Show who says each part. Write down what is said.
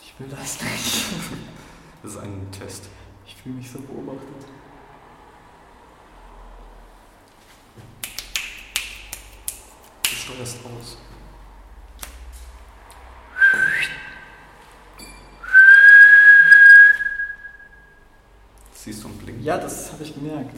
Speaker 1: Ich will das nicht.
Speaker 2: Das ist ein Test.
Speaker 1: Ich fühle mich so beobachtet.
Speaker 2: Du steuerst aus. Siehst du einen Blink?
Speaker 1: Ja, das habe ich gemerkt.